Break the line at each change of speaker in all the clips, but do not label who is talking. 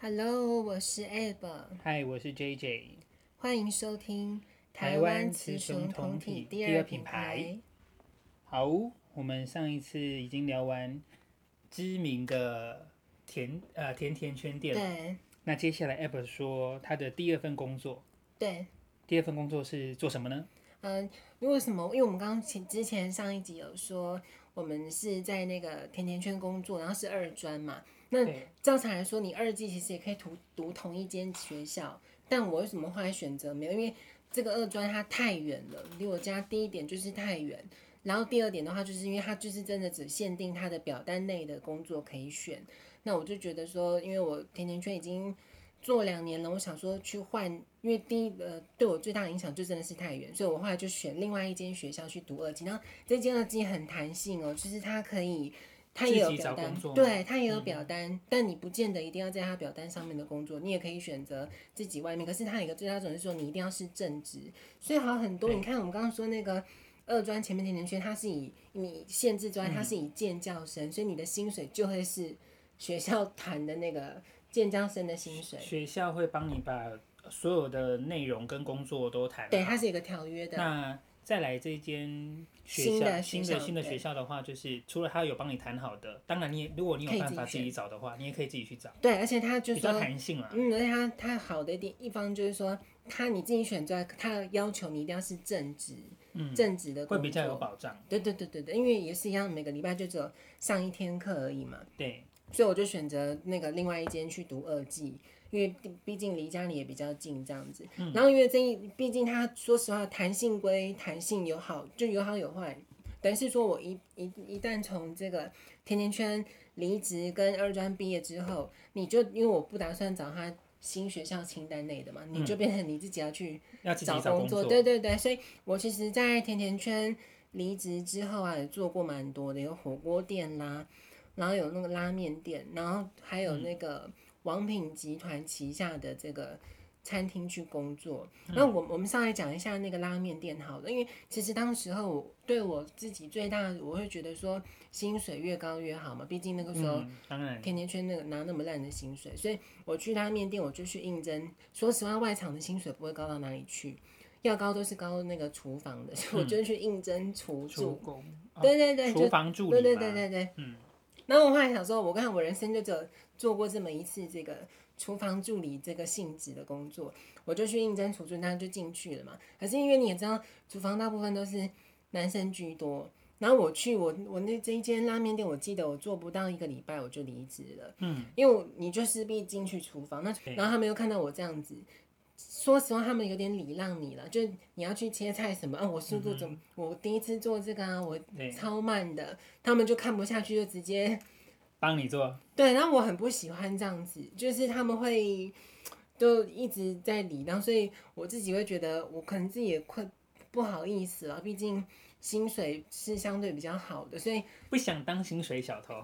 Hello，我是 Ab，
嗨，我是 JJ。
欢迎收听
台湾雌雄同体第二品牌。好，我们上一次已经聊完知名的甜呃甜甜圈店了。
对
那接下来 App 说他的第二份工作，
对，
第二份工作是做什么呢？
嗯，如果什么？因为我们刚刚前之前上一集有说，我们是在那个甜甜圈工作，然后是二专嘛。那
对
照常来说，你二技其实也可以读读同一间学校，但我为什么后来选择没有？因为这个二专它太远了，离我家第一点就是太远，然后第二点的话，就是因为它就是真的只限定它的表单内的工作可以选。那我就觉得说，因为我甜甜圈已经做两年了，我想说去换，因为第一呃对我最大的影响就真的是太远，所以我后来就选另外一间学校去读二技。然后这间二技很弹性哦，就是它可以。它也有
自己
表
找
单
工，作吗嗯
对它也有表单，但你不见得一定要在它表单上面的工作，你也可以选择自己外面。可是它有一个最大准是说，你一定要是正职，所以好很多。你看我们刚刚说那个二专前面甜甜圈，它是以你限制
嗯
专，它是以建教生，所以你的薪水就会是学校谈的那个建教生的薪水。
学校会帮你把所有的内容跟工作都谈
对，
好。
它是一个条约的。
那再来这间学
新
校
的
新
学校
的新的
对
学校的话，就是除了他有帮你谈好的，当然你也如果你
可
有
以
办
自己
法自己
选
找的话，你也可以自己去找，
对，而且它就
比较
说，
弹性啦。
嗯，而且它它好的一点一方就是说，它你自己选择，它要求你一定要是正职，
嗯，
正职的工作
会比较有保障。
对对对对对，因为也是一样，每个礼拜就只有上一天课而已嘛。
对，
所以我就选择那个另外一间去读二技，因为毕毕竟离家里也比较近这样子。然后因为这一，毕竟它说实话弹性归弹性，有好就有好有坏。等于是说我一一一旦从这个甜甜圈离职跟二专毕业之后，你就因为我不打算找他新学校清单内的嘛，你就变成你自己要去
要自己
找
找
工
作。
对对对，所以我其实，在甜甜圈离职之后啊，也做过蛮多的，有火锅店啦，然后有那个拉面店，然后还
嗯
有那个王品集团旗下的这个。餐厅去工作，
嗯
那我我们上来讲一下那个拉面店好了，因为其实当时候我对我自己最大，我会觉得说薪水越高越好嘛，毕竟那个时候
嗯，当然，
甜甜圈那个拿那么烂的薪水，所以我去拉面店我就去应征。说实话，外场的薪水不会高到哪里去，要高都是高那个厨房的， 所以我就去应征厨
嗯厨
助。
工、
对对对，
厨房助理
对对
嘛
对对对。
嗯，
然后我后来想说，我看我人生就只有做过这么一次这个厨房助理这个性质的工作，我就去应征厨助，那就进去了嘛。可是因为你也知道，厨房大部分都是男生居多。然后我去我我那这一间拉面店，我记得我做不到一个礼拜我就离职了，
嗯，
因为我你就势必进去厨房，那
对
然后他们又看到我这样子，说实话他们有点礼让你了，就是你要去切菜什么，啊我速度怎么，我第一次做这个啊，我
嗯对，
超慢的，他们就看不下去，就直接
帮你做，
对。然后我很不喜欢这样子，就是他们会就一直在礼让，所以我自己会觉得我可能自己也困不好意思了，毕竟薪水是相对比较好的，所以
不想当薪水小偷。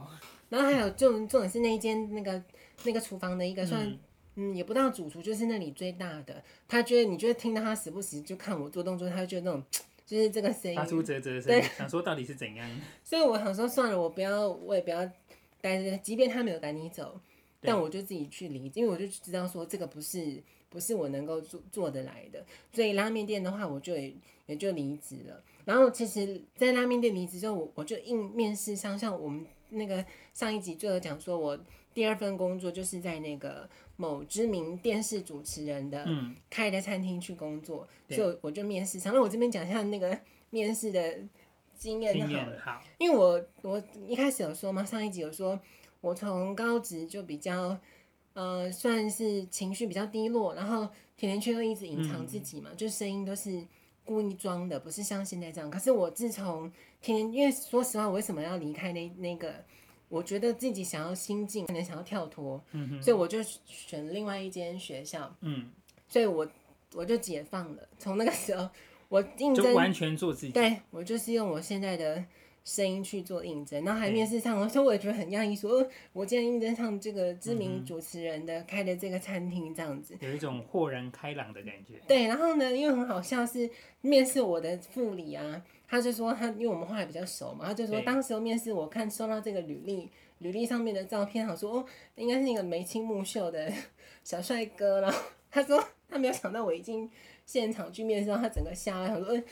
然后还有重重点是那一间那个那个厨房的一个算嗯
嗯
也不到主厨，就是那里最大的，他觉得你就会听到他时不时就看我做动作，他就觉得那种就是这个声音
嗯发出啧啧声，想说到底是怎样？
所以我想说，算了，我不要，我也不要待在，即便他没有赶你走，
对
但我就自己去离，因为我就知道说这个不是不是我能够做做得来的，所以拉面店的话，我就也也就离职了。然后其实，在拉面店离职之后，我我就应面试上，像我们那个上一集就有讲说，我第二份工作就是在那个某知名电视主持人的
嗯，
开的餐厅去工作，
对
所以我我就面试上。那我这边讲一下那个面试的经验
经
好了
验。好，
因为我我一开始有说嘛，上一集有说，我从高职就比较，呃，算是情绪比较低落，然后甜甜圈又一直隐藏
嗯
自己嘛，就声音都是故意装的，不是像现在这样。可是我自从甜甜，因为说实话，我为什么要离开那那个？我觉得自己想要心境，可能想要跳脱，
嗯哼，
所以我就选另外一间学校，
嗯，
所以我我就解放了。从那个时候，我应
就
征
完全做自己。
对我就是用我现在的声音去做应征，然后还面试上了， 所以我也觉得很讶异，说哦我竟然应征上这个知名主持人的开的这个餐厅这样子。
有一种豁然开朗的感觉。
对，然后呢，因为很好笑是面试我的副理啊，他就说他，因为我们后来比较熟嘛，他就说
对
当时候面试我看收到这个履历，履历上面的照片，好说哦，应该是一个眉清目秀的小帅哥，然后他说他没有想到我已经现场去面试，然后他整个吓了，他说、呃、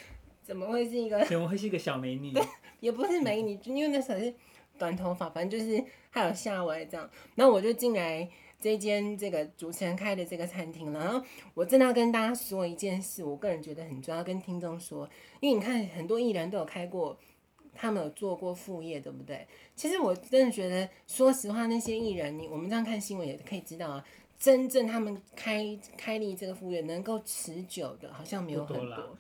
怎么会是一个
怎么会是一个小美女？
也不是美女，因为那时候是短头发，反正就是还有下歪这样。然后我就进来这间这个主持人开的这个餐厅了。然后我正要跟大家说一件事，我个人觉得很重要，跟听众说，因为你看很多艺人都有开过。他们有做过副业，对不对？其实我真的觉得，说实话，那些艺人，你我们这样看新闻也可以知道啊，真正他们开开立这个副业能够持久的，好像没有
不
很多。
多啦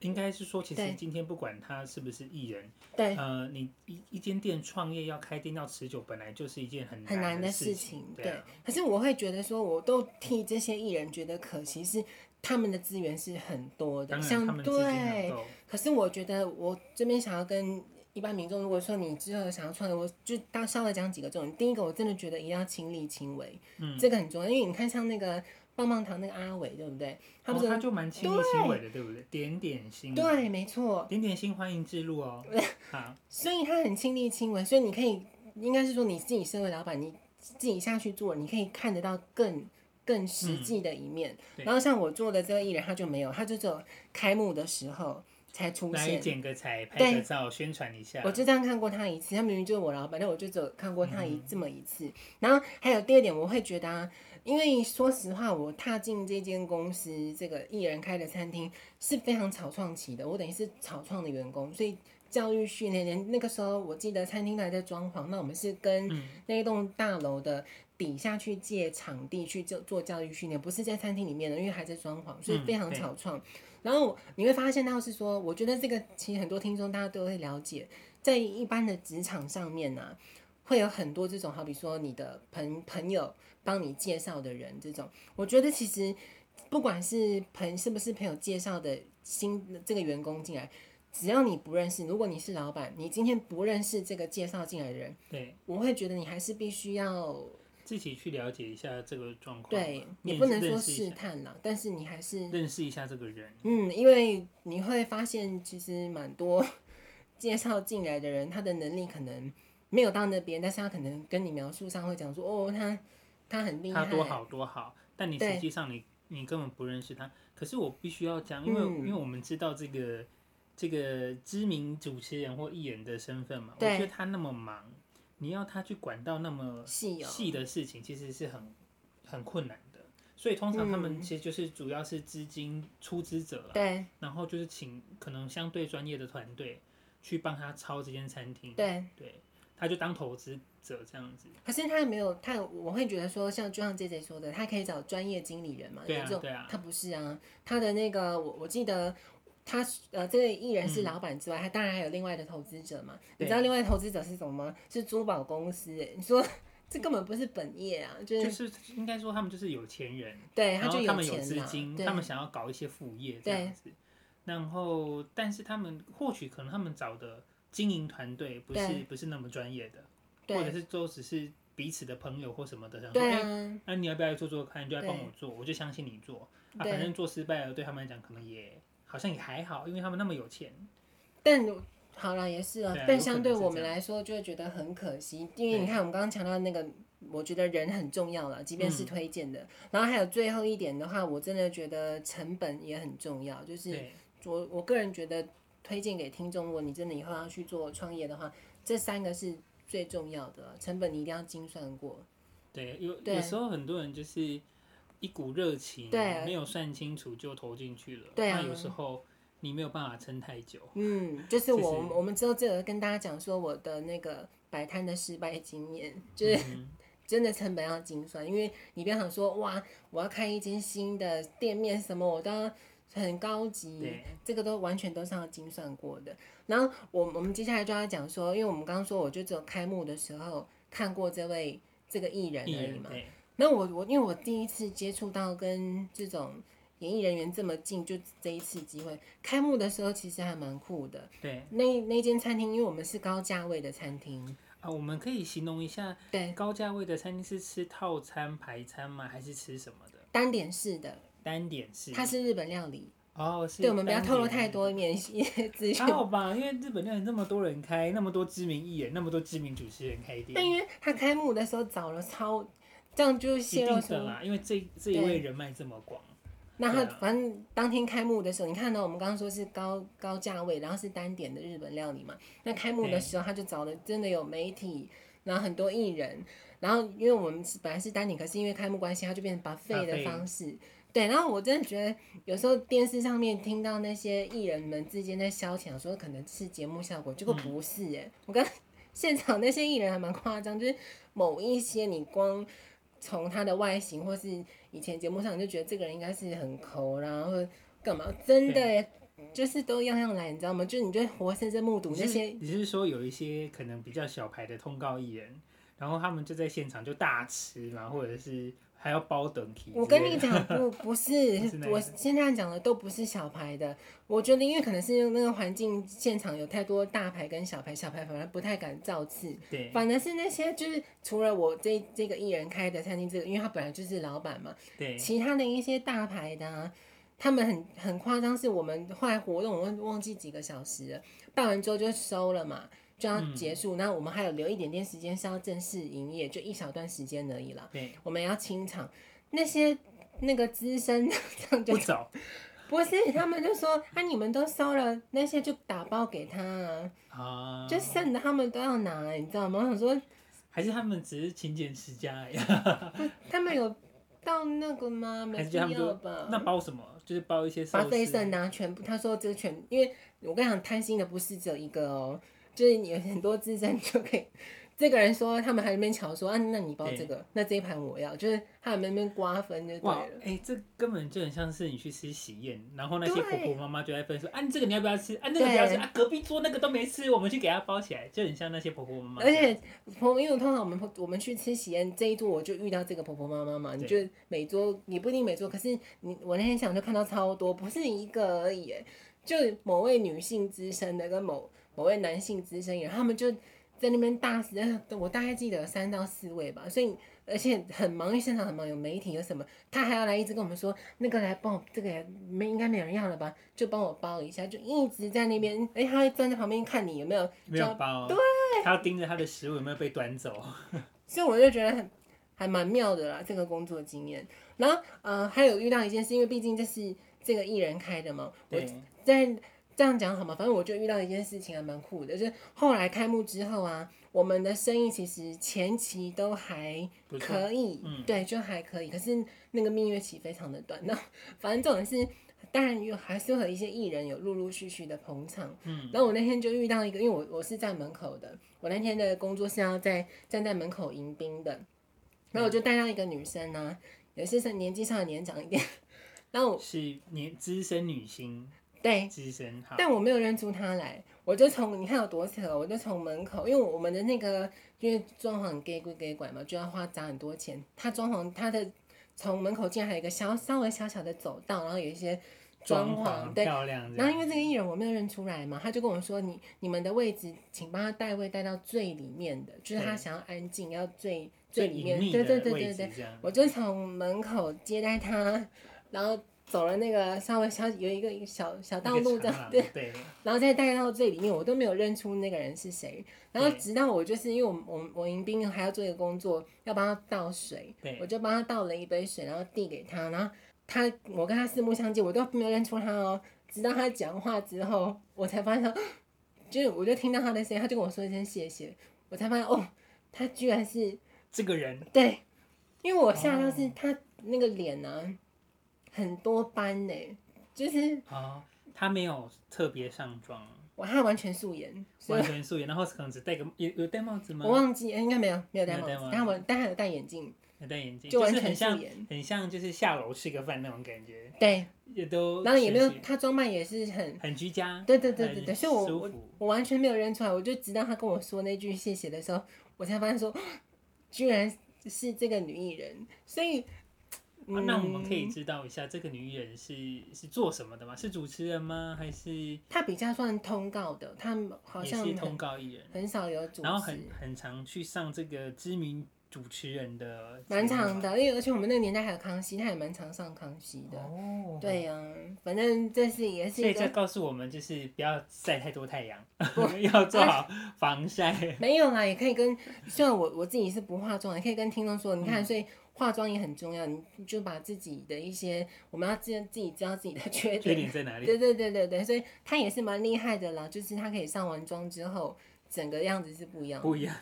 应该是说，其
对
实今天不管他是不是艺人，
对，
呃，你一一间店创业要开店要持久，本来就是一件很
很难
的
的事
情
情。，
对啊，
可是我会觉得说，我都替这些艺人觉得可惜，是他们的资源是很多
当
的，
然
相
他们的资金很
对。
够，
可是我觉得我这边想要跟一般民众，如果说你之后想要创业，我就当稍微讲几个重点。第一个，我真的觉得一定要亲力亲为，
嗯，
这个很重要，因为你看像那个棒棒糖那个阿伟，对不对？他
哦
不是、
他就蛮亲力亲为的，对不对？点点心，，
对，没错，
点点心欢迎之路 哦。好，
所以他很亲力亲为，所以你可以应该是说你自己身为老板，你自己下去做，你可以看得到更更实际的一面。
对
然后像我做的这个艺人，他就没有，他就只有开幕的时候才出
来
现。
剪个彩，拍
对
个照，宣传一下
我。就这样看过他一次，他明明就是我老板，但我就只有看过他一、这么一次。然后还有第二点，我会觉得、啊，因为说实话，我踏进这间公司这个艺人开的餐厅是非常草创期的，我等于是草创的员工，所以教育训练连那个时候，我记得餐厅还在装潢，那我们是跟
嗯
那一栋大楼的底下去借场地去做做教育训练，不是在餐厅里面的，因为还在装潢，所以
嗯
非常
对
草创。然后你会发现到是说，我觉得这个其实很多听众大家都会了解，在一般的职场上面呢、会有很多这种，好比说你的朋朋友帮你介绍的人，这种，我觉得其实不管是朋是不是朋友介绍的新这个员工进来，只要你不认识，如果你是老板，你今天不认识这个介绍进来的人，
对，
我会觉得你还是必须要
自己去了解一下这个状况。
对，你
面
不能
认
说
识一
试
下，
探啦，但是你还是
认识一下这个人。
嗯，因为你会发现，其实蛮多介绍进来的人，他的能力可能没有到那边，但是他可能跟你描述上会讲说，哦，他他很厉害，
他多好多好，但你
对
实际上你你根本不认识他。可是我必须要讲，因为、
嗯
因为我们知道这个这个知名主持人或艺人的身份嘛，我
对
觉得他那么忙，你要他去管到那么
细哦，
细的事情，其实是很很困难的。所以通常他们
嗯
其实就是主要是资金出资者啦，
对
然后就是请可能相对专业的团队去帮他操这间餐厅，
对。
对，他就当投资者这样子。
可是他没有，他有我会觉得说，像就像姐姐说的，他可以找专业经理人嘛，
对啊
有这种
对啊
他不是啊，他的那个我我记得。他呃，这个艺人是老板之外，他当然还有另外的投资者嘛。你
对
知道另外的投资者是什么吗？是珠宝公司、欸。你说这根本不是本业啊，就是
就是应该说他们就是有钱人，
对，
然
就
后
有
他们有
钱
资
啦
金，
对
他们想要搞一些副业这样子。然后，但是他们或许可能他们找的经营团队不
对
是不是那么专业的，或者
对
是都只是彼此的朋友或什么的，想说
对
哎，
啊，
那你要不要来做做看？你就来帮
对
我做，我就相信你做啊。
对
反正做失败了，对他们来讲可能也好像也还好，因为他们那么有钱。
但好了也是啊
对啊，
但
有可
相
能
对
是
我
这
们
样
来说就会觉得很可惜，因为
对
你看我们刚刚强调那个，我觉得人很重要了，即便是
嗯
推荐的。然后还有最后一点的话，我真的觉得成本也很重要，就是
对，
我我个人觉得推荐给听众，如果你真的以后要去做创业的话，这三个是最重要的，成本你一定要精算过。
对，有
对
有时候很多人就是一股热情，
对
没有算清楚就投进去了。
对啊
那有时候你没有办法撑太久。
嗯，就是
就
我
是
我们之后这个跟大家讲说我的那个摆摊的失败经验，就是
嗯
真的成本要精算，因为你不要想说哇，我要开一间新的店面什么，我都要很高级
对，
这个都完全都是要精算过的。然后我我们接下来就要讲说，因为我们刚刚说，我就只有开幕的时候看过这位这个艺人
艺
而已
人
嘛。
对，
那我我因为我第一次接触到跟这种演艺人员这么近，就这一次机会，开幕的时候其实还蛮酷的。
对
那那间餐厅，因为我们是高价位的餐厅，
啊，我们可以形容一下
对，
高价位的餐厅是吃套餐、排餐吗？还是吃什么的？
单点式的，
单点式？
它是日本料理。
哦，是
对，我们不要
当
透露
年
太多面一些 资讯
还。好吧，因为日本料理那么多人开，那么多知名艺人，那么多知名主持人开
但因
店，
为他开幕的时候找了超，这样就
一
泄露
定
出
的啦，因为这这一
对
位人脉这么广，
那
对
他
啊
反正当天开幕的时候，你看到我们刚刚说是高高价位，然后是单点的日本料理嘛。那开幕的
对
时候，他就找了真的有媒体，然后很多艺人，然后因为我们是本来是单点，可是因为开幕关系，他就变成 buffet 的
Buffet
方式。对，然后我真的觉得有时候电视上面听到那些艺人们之间在消遣，说可能是节目效果，结果
嗯
不是哎、我刚现场那些艺人还蛮夸张，就是某一些你光从他的外形或是以前节目上，你就觉得这个人应该是很抠，然后干嘛？真的
对
耶，就是都样样来，你知道吗？就是你就活生生目睹
你
那
是
些，
你是说有一些可能比较小牌的通告艺人，然后他们就在现场就大吃嘛，或者是还要包等体，
我跟你，讲，不不是
不是那，一
我
种
现在讲的都不是小牌的。我觉得，因为可能是那个环境现场有太多大牌跟小牌，小牌反而不太敢造次，
对
反而是那些就是除了我这这个艺人开的餐厅，这个因为他本来就是老板嘛，
对，
其他的一些大牌的、啊，他们很很夸张，是我们后来活动我忘忘记几个小时了，办完之后就收了嘛，就要结
嗯
束。那、我们还有留一点点时间是要正式营业，就一小段时间而已啦。
对，
我们要清场，那些那个资深这样就
不走，
不是，他们就说啊，你们都收了，那些就打包给他、啊，
啊，
就剩的他们都要拿，你知道吗？我想说
还是他们只是勤俭持家而已，
他们有到那个吗？没
还是
必
他们
要
就
吧？
那包什么？就是包一些寿
把费
司啊
剩拿全部，他说这全，因为我跟你讲，贪心的不是只有一个哦，就是你有很多自身就可以。这个人说他们还在那边瞧说啊，那你包这个，那这一盘我要，就是他们那边瓜分就对
哇
了，。
哎、这根本就很像是你去吃喜宴，然后那些
对
婆婆妈妈就在分说，啊，你这个你要不要吃？啊，那个不要吃，
对
啊，隔壁桌那个都没吃，我们去给他包起来，就很像那些婆婆妈妈。
而且婆，因为通常我们婆我们去吃喜宴这一桌，我就遇到这个婆婆妈妈嘛，你就
对
每桌你不一定每桌，可是你我那天想就看到超多，不是一个而已耶，就某位女性资深的跟某某位男性资深，然后他们就在那边大肆，我大概记得有三到四位吧，所以而且很忙，因为现场很忙，有媒体有什么，他还要来一直跟我们说那个来帮我，这个也没应该没有人要了吧，就帮我包一下，就一直在那边，哎，他会站在旁边看你有没有
没
叫
有包，对，她要盯着她的食物有没有被端走。
所以我就觉得很还蛮妙的啦，这个工作经验。然后呃，还有遇到一件事，因为毕竟这是这个艺人开的嘛，我
对，
在这样讲好吗？反正我就遇到一件事情还蛮酷的，就是后来开幕之后啊，我们的生意其实前期都还
不错
可以，
嗯
对，就还可以。可是那个蜜月期非常的短，那反正这种是。当然有，还是会有一些艺人有陆陆续续的捧场。
嗯，
然后我那天就遇到一个，因为我我是在门口的，我那天的工作是要在站在门口迎宾的。然后我就带到一个女生呢、也是是年纪上的年长一点。 然后我
是年资深女星，
对，
资深好，
但我没有认出他来，我就从你看有多扯，哦我就从门口，因为我们的那个因为装潢给归给管嘛，就要花砸很多钱。他装潢他的从门口进来还有一个小稍微小小的走道，然后有一些装潢，对。
漂亮这
然
样。
后因为这个艺人我没有认出来嘛，他就跟我说你你们的位置请帮他带位带到最里面的，就是他
对
想要安静，要最最
最
里
隐
面，
秘
对
的
对对
位
对
置
对。
这样
我就从门口接待他，然后走了那个稍微小有一个一个小小道
一个啊
路这
长
样，
廊
对，
对，
然后再带到最里面，我都没有认出那个人是谁。然后
对
直到我就是因为我我我迎宾还要做一个工作，要帮他倒水
对，
我就帮他倒了一杯水，然后递给他，然后他我跟他四目相接，我都没有认出他哦。直到他讲话之后，我才发现 他，就是我就听到他的声音，他就跟我说一声谢谢，我才发现哦，他居然是
这个人
对，因为我吓到是
哦
他那个脸呢、啊，很多斑呢、就是
啊，她没有特别上妆，
我他完全素颜，所以
完全素颜，然后可能只戴个有有戴帽子吗
我？忘记，应该没有没有戴帽
没有戴
子
帽，子
但我但还有戴眼镜，
有戴眼镜，
就完
是
全
很
素
像
颜。
很像就是下楼吃个饭那种感觉，
对，
也哦都
然后也没有
学习
他装扮也是很，
很居家，
对对对对对，
很
所以我
舒
我
服
我完全没有认出来，我就直到他跟我说那句谢谢的时候，我才发现说， 居然是这个女艺人，所以。
啊那我们可以
嗯，
知道一下，这个女艺人是是做什么的吗？是主持人吗？还是也
她比较算通告的，她好像
是
很
通告艺人？
很少有主持，
然后很很常去上这个知名主持人的
蛮长的，因为而且我们那个年代还有康熙，他也蛮常上康熙的。
哦，
对呀、反正这是也是
所
一
以这
个
告诉我们就是不要晒太多太阳， 要做好防晒。
没有啦，也可以跟虽然我我自己是不化妆，也可以跟听众说，你
嗯
看，所以化妆也很重要，你就把自己的一些我们要自自己知道自己的缺
缺
点，
点在哪里？
对对对对对，所以他也是蛮厉害的啦，就是他可以上完妆之后，整个样子是不一样的。
不一样。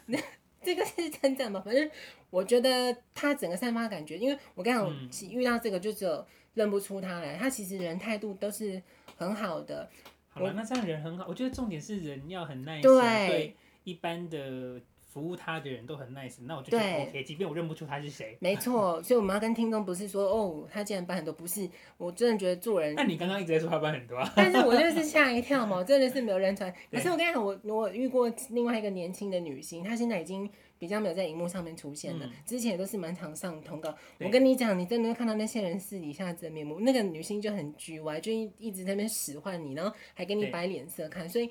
这个是称赞 吧，反正我觉得他整个散发感觉，因为我刚
嗯
刚遇到这个就只有认不出他来，他其实人态度都是很好的，
好了，那这样人很好。我觉得重点是人要很 nice，啊
对
对一般的服务他的人都很 nice，那我就觉
对
得 OK，即便我认不出他是谁。
没错，所以我们要跟听众不是说哦，他竟然班很多，不是，我真的觉得做人
那你刚刚一直在说他班很 多 啊？
但是我就是吓一跳嘛，我真的是没有认出来。可
对
是我跟你讲，我我遇过另外一个年轻的女星，她现在已经比较没有在荧幕上面出现了，
嗯
之前都是蛮常上通告。
对
我跟你讲，你真的会看到那些人私底下真面目。那个女星就很局歪，就一一直在那边使唤你，然后还给你
对
摆脸色看。所以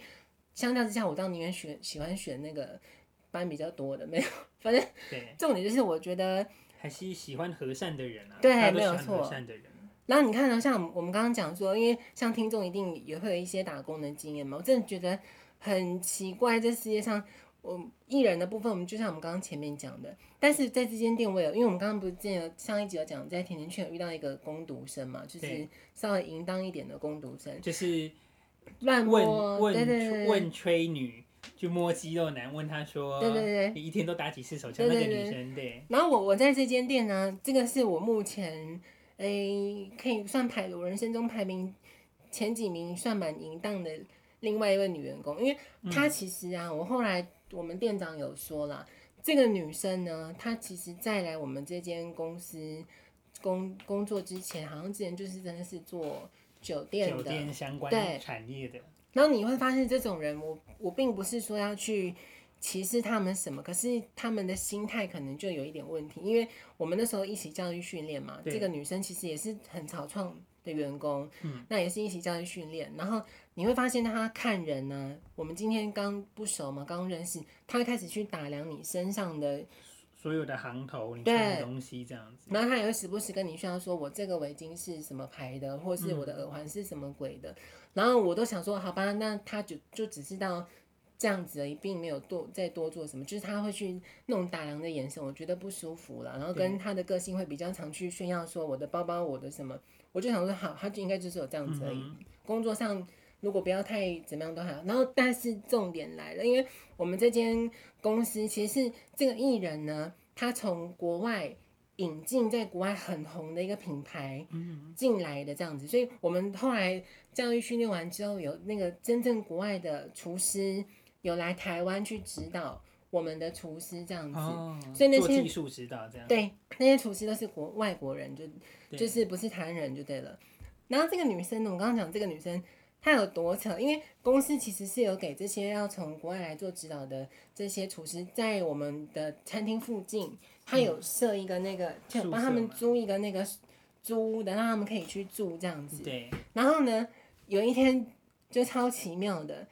相较之下，我倒宁愿选喜欢选那个班比较多的，没有。反正
对，
重点就是，我觉得
还是喜欢和善的人啊。
对
大家都
没
喜
有
欢和
错
善的人。
然后你看呢，像我们我们刚刚讲说，因为像听众一定也会有一些打工的经验嘛，我真的觉得很奇怪，这世界上。我艺人的部分，我们就像我们刚刚前面讲的，但是在这间店我有，因为我们刚刚不是之前有上一集有讲，在甜甜圈有遇到一个攻读生嘛，就是
对
稍微淫荡一点的攻读生，
就是
乱摸，
问问
对对对，
问吹女，就摸肌肉男，问他说，
对对对
你一天都打几次手枪？
对
那
对
个女
对
生对，
然后我我在这间店呢，这个是我目前诶可以算排我人生中排名前几名，算蛮淫荡的另外一位女员工，因为
嗯
她其实啊，我后来我们店长有说啦，这个女生呢，她其实再来我们这间公司工工作之前，好像之前就是真的是做酒店
酒
的，
店相
对
关产业的，
然后你会发现，这种人，我我并不是说要去歧视他们什么，可是他们的心态可能就有一点问题，因为我们那时候一起教育训练嘛，
对
这个女生其实也是很草创的员工，
嗯，
那也是一起教育训练，然后你会发现她看人呢、我们今天刚不熟嘛，刚认识，她会开始去打量你身上的
所有的行头，你
对
穿的东西这样子，
然后他也会时不时跟你炫耀说，我这个围巾是什么牌的，或是
嗯
我的耳环是什么鬼的。然后我都想说，好吧，那他就就只是到这样子而已，并没有多再多做什么。就是他会去那种打量的眼神，我觉得不舒服了。然后跟他的个性会比较常去炫耀说我的包包，我的什么。我就想说，好，他就应该就是有这样子而已。
嗯
工作上如果不要太怎么样都还好。然后，但是重点来了，因为我们这间公司其实是这个艺人呢，他从国外引进在国外很红的一个品牌
嗯，
进来的这样子，所以我们后来教育训练完之后，有那个真正国外的厨师有来台湾去指导我们的厨师这样子。
哦，
所以那
做
些
技术指导这样，
对，那些厨师都是国外国人，就
对
就是不是台湾人就对了。然后这个女生呢，我刚刚讲这个女生她有多扯，因为公司其实是有给这些要从国外来做指导的这些厨师，在我们的餐厅附近，他有设一个那个，就
嗯宿
帮
舍
他们
嘛
租一个那个租屋的，让他们可以去住这样子。
对，
然后呢，有一天就超奇妙的，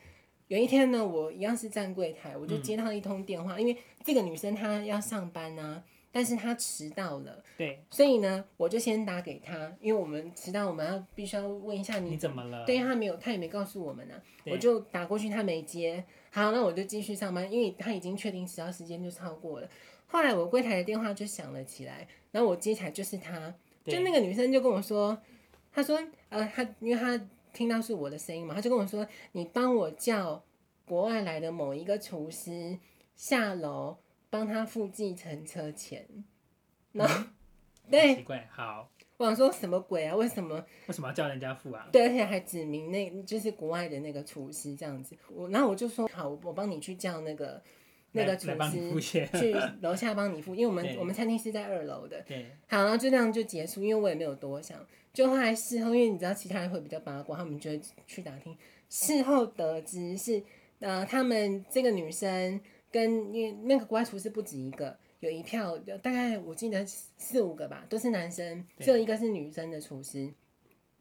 有一天呢，我一样是站柜台，我就接到一通电话，因为这个女生她要上班呢、但是她迟到了，
对，
所以呢，我就先打给她，因为我们迟到，我们要必须要问一下
你
你。
怎么了？
对，她没有，她也没告诉我们啊，
嗯对
我就打过去，她没接。好，那我就继续上班，因为她已经确定迟到时间就超过了。后来我柜台的电话就响了起来，然后我接起来就是她，
对，
就那个女生就跟我说，她说，呃，她因为她听到是我的声音嘛，她就跟我说，你帮我叫国外来的某一个厨师下楼帮他付计程车钱。然
嗯
后，
很
对
奇怪，好，
我想说什么鬼啊？为什么？
为什么要叫人家付啊？
对，而且还指明那就是国外的那个厨师这样子。我然后我就说好，我我帮你去叫那个那
来
个厨
来帮你付
师
钱，
去楼下帮你付，因为我们
对
我们餐厅是在二楼的。
对，
好，然后就那样就结束，因为我也没有多想。就后来事后，因为你知道其他人会比较八卦，他们就会去打听。事后得知是，呃，他们这个女生跟因为那个国外厨师不止一个，有一票，大概我记得四五个吧，都是男生，
对
只有一个是女生的厨师。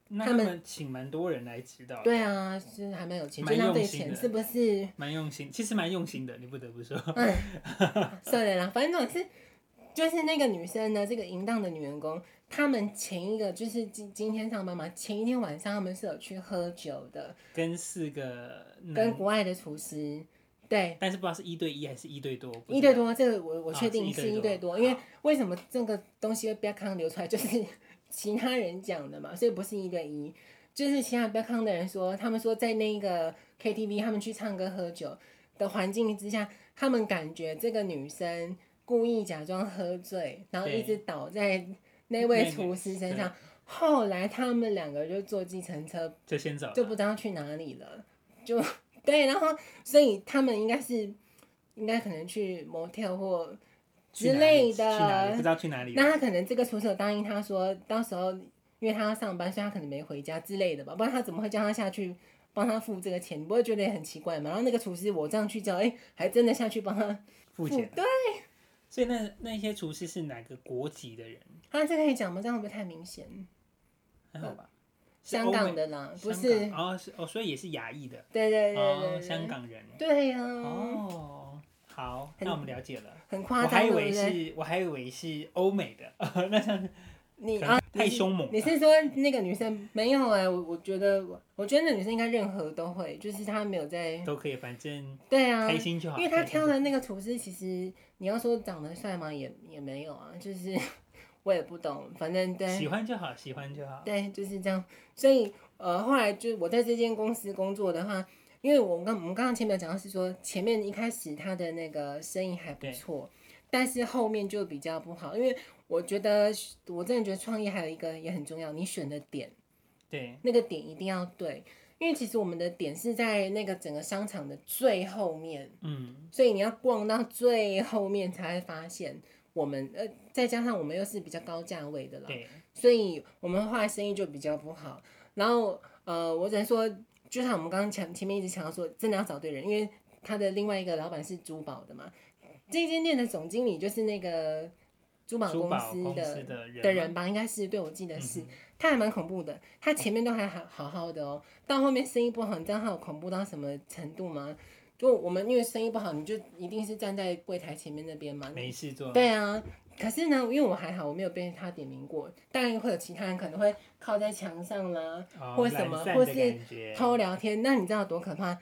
那
他
他
们
们请蛮多人来指导，
对，啊，是还蛮有钱，就
哦蛮
浪费
用心
钱，
的
是不是？
蛮用心，其实蛮用心的，你不得不说，
哎，算了啦，反正总是就是那个女生呢，这个淫荡的女员工，他们前一个就是今今天上班嘛，前一天晚上他们是有去喝酒的，
跟四个
跟
男，
国外的厨师，对，
但是不知道是一对一还是一对多，不知
一对
道
多，这个我我
啊
确定
是
是
一
一
对
对
多
多，因为为什么这个东西会不要康流出来，就是其他人讲的嘛，所以不是一对一。就是其他不要康的人说，他们说在那个 KTV，他们去唱歌喝酒的环境之下，他们感觉这个女生故意假装喝醉，然后
对
一直倒在那
那
位
个
厨师身
对
上。后来他们两个就坐计程车
就先走了，
就不知道去哪里了，就对，然后所以他们应该是应该可能去 motel 或，
去
之
哪
类
里去哪里
的
不知道去哪里了，
那他可能这个厨师有答应他说，到时候因为他要上班，所以他可能没回家之类的吧，不然他怎么会叫他下去帮他付这个钱？你不会觉得很奇怪吗？然后那个厨师我这样去叫，哎、还真的下去帮他
付
付，
钱。
对，
所以那那些厨师是哪个国籍的人？
他、这可以讲吗？这样会不会太明显？
还好吧？是
嗯香
欧美
港的啦，不是，
香港哦，是哦，所以也是亚裔的
对对对对
哦，
对
香港人
对呀、
哦。好，那我们了解了。
很
我
夸张，
还以
啊对
为
不对？
是，我还以为是欧 美的，那像是
你
可
啊
能， 太凶猛
你
了。
是说那个女生没有哎、我我觉得我我觉得那女生应该任何都会，就是她没有在
都可以，反正
对啊，
开心就好。
因为她
开心
挑
就
的那个厨师，其实你要说长得帅吗？也也没有啊，就是 我也不懂，反正
好喜
对
欢就好，喜欢就好。
对就是这样。所以呃，后来就是我在这间公司工作的话，因为我们刚我们刚刚前面有讲到是说，前面一开始他的那个生意还不
对
错，但是后面就比较不好，因为我觉得我真的觉得创业还有一个也很重要，你选的点。
对，
那个点一定要对，因为其实我们的点是在那个整个商场的最后面，
嗯，
所以你要逛到最后面才会发现我们呃，再加上我们又是比较高价位的啦，
对，
所以我们后来生意就比较不好。然后呃，我只能说，就像我们刚刚前前面一直强调说，真的要找对人，因为他的另外一个老板是珠宝的嘛，这间店的总经理就是那个珠宝
珠
公
宝
司
公
的
司的人嗯
的
吗
人吧，应该是对我记得是
嗯，
他还蛮恐怖的。他前面都还好好好的哦，到后面生意不好，你知道他有恐怖到什么程度吗？就我们因为生意不好，你就一定是站在柜台前面那边嘛，
没事做，
对啊，可是呢，因为我还好，我没有被他点名过。当然会有其他人可能会靠在墙上啦，
哦
或什
懒
么
散
或
的
是
感觉
偷聊天。那你知道多可怕？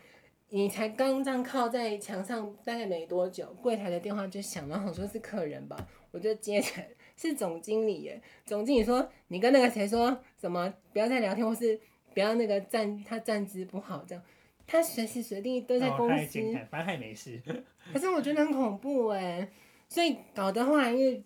你才刚这样靠在墙上大概没多久，柜台的电话就响了，我说是客人吧，我就接起来，是总经理耶。总经理说你跟那个谁说什么不要再聊天，或是不要那个站他站姿不好这样。他随时随地都在
哦
公
他还
司，
健谈反正他也 没事。
可是我觉得很恐怖哎、所以搞得后来因为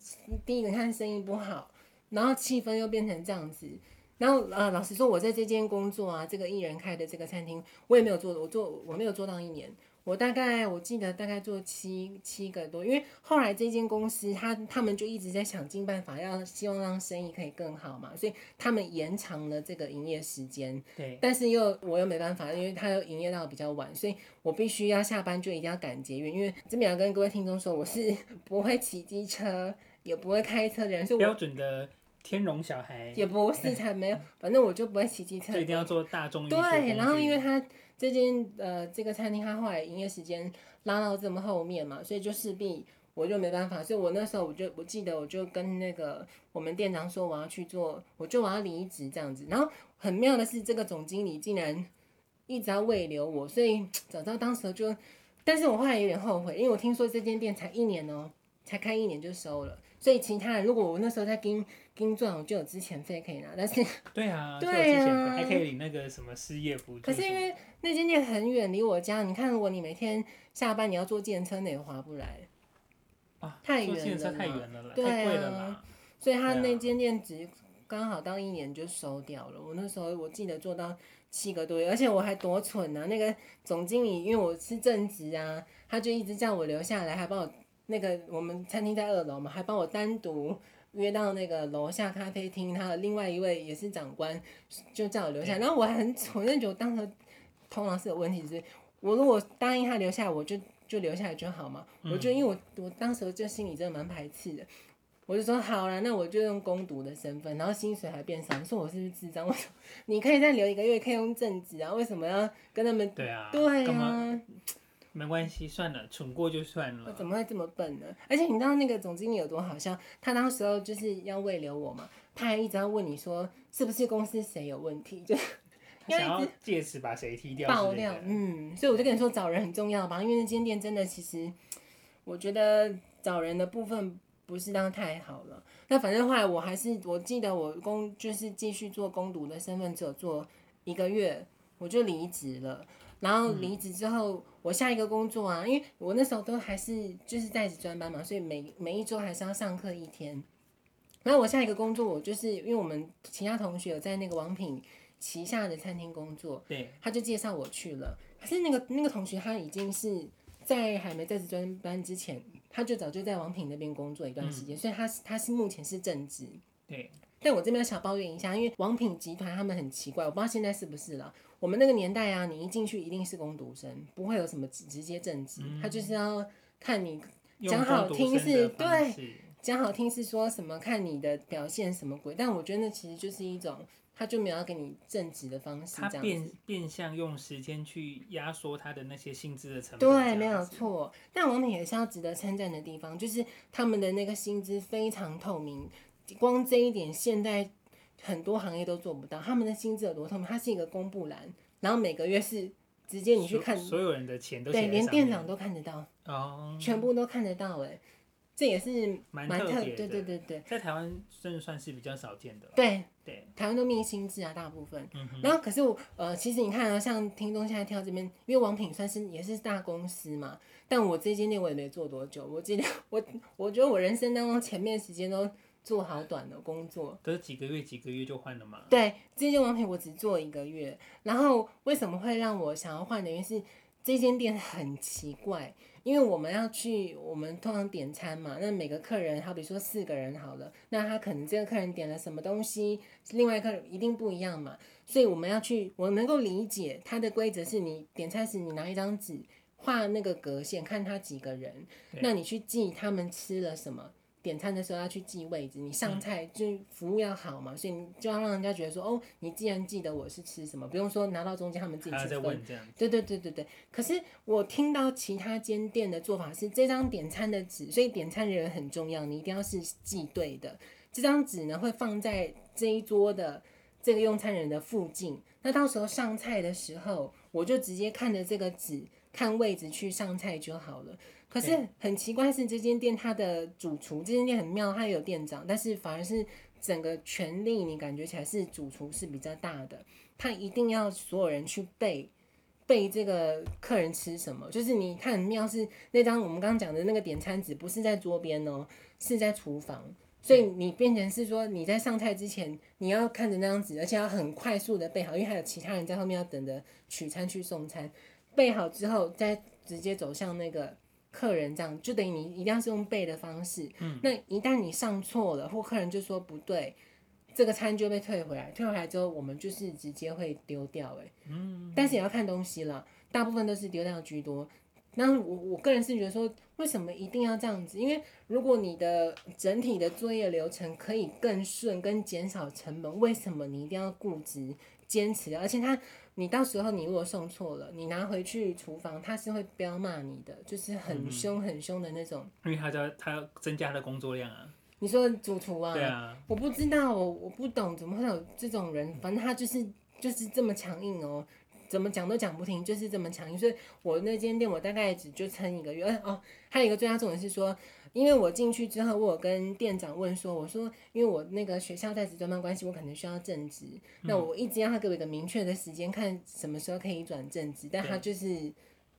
第一个看生意不好，然后气氛又变成这样子，然后呃，老实说，我在这间工作啊，这个艺人开的这个餐厅，我也没有做，我做我没有做到一年，我大概我记得大概做七七个多，因为后来这间公司他他们就一直在想尽办法要希望让生意可以更好嘛，所以他们延长了这个营业时间，
对，
但是又我又没办法，因为他又营业到比较晚，所以我必须要下班就一定要赶捷运。因为这边要跟各位听众说，我是不会骑机车，也不会开车的人，所以
标
我
准的天龙小孩
也不是才没有，反正我就不会骑机车
就。一定要做大众运输工具
对，然后因为他这间呃这个餐厅，他后来营业时间拉到这么后面嘛，所以就势必我就没办法，所以我那时候我就我记得我就跟那个我们店长说我要去做，我就我要离职这样子。然后很妙的是，这个总经理竟然一直要慰留我，所以早知道当时就，但是我后来有点后悔，因为我听说这间店才一年哦、才开一年就收了，所以其他人如果我那时候在跟跟赚，我就有之前费可以拿，但是
对啊，
对
所以我之前
啊
还可以领那个什么失业补助。
可是因为那间店很远离我家，你看，如果你每天下班你要坐电车，那也划不来。
啊，
太
坐
远
计程车
了
太
嘛
远了啦，太
对
贵
啊
了啦。
所以他
对啊
那间店只刚好到一年就收掉了。我那时候我记得做到七个多月，而且我还多蠢啊！那个总经理因为我是正职啊，他就一直叫我留下来，还帮我那个我们餐厅在二楼嘛，还帮我单独。约到那个楼下咖啡厅，他的另外一位也是长官，就叫我留下来。然后我还很蠢，那觉得我当时头脑是有问题，所以我如果答应他留下来，我就就留下来就好嘛。我
嗯
就因为我我当时就心里真的蛮排斥的，我就说好了，那我就用攻读的身份，然后薪水还变少。你说我是不是智障？我说你可以再留一个月，可以用正职啊，为什么要跟他们？
对啊，
对
干嘛？嗯
啊，
没关系，算了，蠢过就算
我
了。
怎么会这么笨呢？而且你知道那个总经理有多好笑？他当时候就是要慰留我嘛，他还一直要问你说是不是公司谁有问题，就
想要借此把谁踢掉
爆
之类
料
的。。
嗯，所以我就跟你说找人很重要吧，因为那间店真的其实，我觉得找人的部分不是当太好了。那反正后来我还是我记得我工就是继续做攻读的身份，只有做一个月我就离职了。然
嗯
后离职之后，我下一个工作啊，因为我那时候都还是就是在职专班嘛，所以每每一周还是要上课一天。然后我下一个工作，我就是因为我们其他同学有在那个王品旗下的餐厅工作，
对，
他就介绍我去了。可是那个那个同学他已经是在还没在职专班之前，他就早就在王品那边工作一段时
嗯
间，所以他是他是目前是正职。
对，
但我这边想抱怨一下，因为王品集团他们很奇怪，我不知道现在是不是了。我们那个年代啊，你一进去一定是攻读生，不会有什么直直接正职，
嗯
他就是要看你
用
讲好
攻读
听
生
是
的方
对
式
讲好听是说什么看你的表现什么鬼，但我觉得那其实就是一种他就没有要给你正职的方式
他
这样
变
子。
变相用时间去压缩他的那些薪资的成本。这
对，
样
没有
子。
错。但王品也是要值得称赞的地方，就是他们的那个薪资非常透明，光这一点现在很多行业都做不到。他们的薪资有多透明？它是一个公布栏，然后每个月是直接你去
所
看，
所有人的钱都写
对，
在
连
上
店
面
长都看得到，
哦，
全部都看得到、哎，这也是
蛮
蛮
特
特，
别
对
的
对对对
在台湾真的算是比较少见的了。
对，
对，
台湾都命薪制啊，大部分。
嗯哼，
然后可是我呃，其实你看啊，像听众现在跳这边，因为王品算是也是大公司嘛，但我这间店我也没做多久，我记得我 我觉得我人生当中前面时间都做好短的工作。
都是几个月几个月就换了嘛。
对，这间王品我只做一个月，然后为什么会让我想要换的原因是这间店很奇怪，因为我们要去，我们通常点餐嘛，那每个客人，好比说四个人好了，那他可能这个客人点了什么东西，另外一个人一定不一样嘛，所以我们要去，我能够理解它的规则是你点餐时你拿一张纸画那个格线，看他几个人，
对
那你去记他们吃了什么。点餐的时候要去记位置，你
嗯
上菜就是服务要好嘛，所以你就要让人家觉得说，哦，你既然记得我是吃什么，不用说拿到中间他们自己
还要
去
再
分。
问这样，
对对对对对。可是我听到其他间店的做法是，这张点餐的纸，所以点餐人很重要，你一定要是记对的。这张纸呢会放在这一桌的这个用餐人的附近，那到时候上菜的时候，我就直接看着这个纸看位置去上菜就好了。可是很奇怪是，这间店它的主厨，这间店很妙，它也有店长，但是反而是整个权力你感觉起来是主厨是比较大的，他一定要所有人去背背这个客人吃什么，就是你看很妙是那张我们刚刚讲的那个点餐纸，不是在桌边哦，是在厨房，所以你变成是说你在上菜之前，你要看着那张纸，而且要很快速的备好，因为还有其他人在后面要等着取餐去送餐，备好之后再直接走向那个。客人这样就等于你一定要是用背的方式，嗯、那一旦你上错了，或客人就说不对，这个餐就被退回来，退回来之后我们就是直接会丢掉、欸，
嗯，
但是也要看东西了，大部分都是流量居多。那我我个人是觉得说，为什么一定要这样子？因为如果你的整体的作业流程可以更顺，跟减少成本，为什么你一定要固执坚持？而且他，你到时候你如果送错了，你拿回去厨房，他是会彪骂你的，就是很凶很凶的那种。
因为他要他要增加他的工作量啊。
你说主厨啊，
对啊，
我不知道，我我不懂怎么会有这种人，反正他就是就是这么强硬哦，怎么讲都讲不听，就是这么强硬。所以我那间店我大概只就撑一个月。呃哦，还有一个最大重点是说，因为我进去之后，我有跟店长问说，我说因为我那个学校在职专班关系，我可能需要正职，
嗯
那我一直让他给我一个明确的时间，看什么时候可以转正职，但他就是
都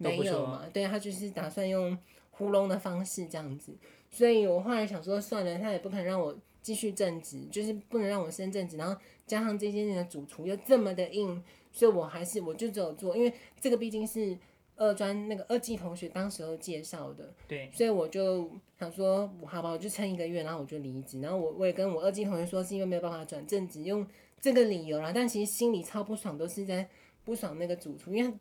没
不
有
说
嘛，对他就是打算用糊弄的方式这样子。所以我后来想说，算了，他也不肯让我继续正职，就是不能让我升正职，然后加上这些年的主厨又这么的硬，所以我还是我就只有做，因为这个毕竟是二专那个二技同学当时候介绍的，
对，啊
所以我就想说，好吧，我就撑一个月，然后我就离职，然后我我也跟我二技同学说，是因为没有办法转正职，用这个理由啦，但其实心里超不爽，都是在不爽那个主厨，因为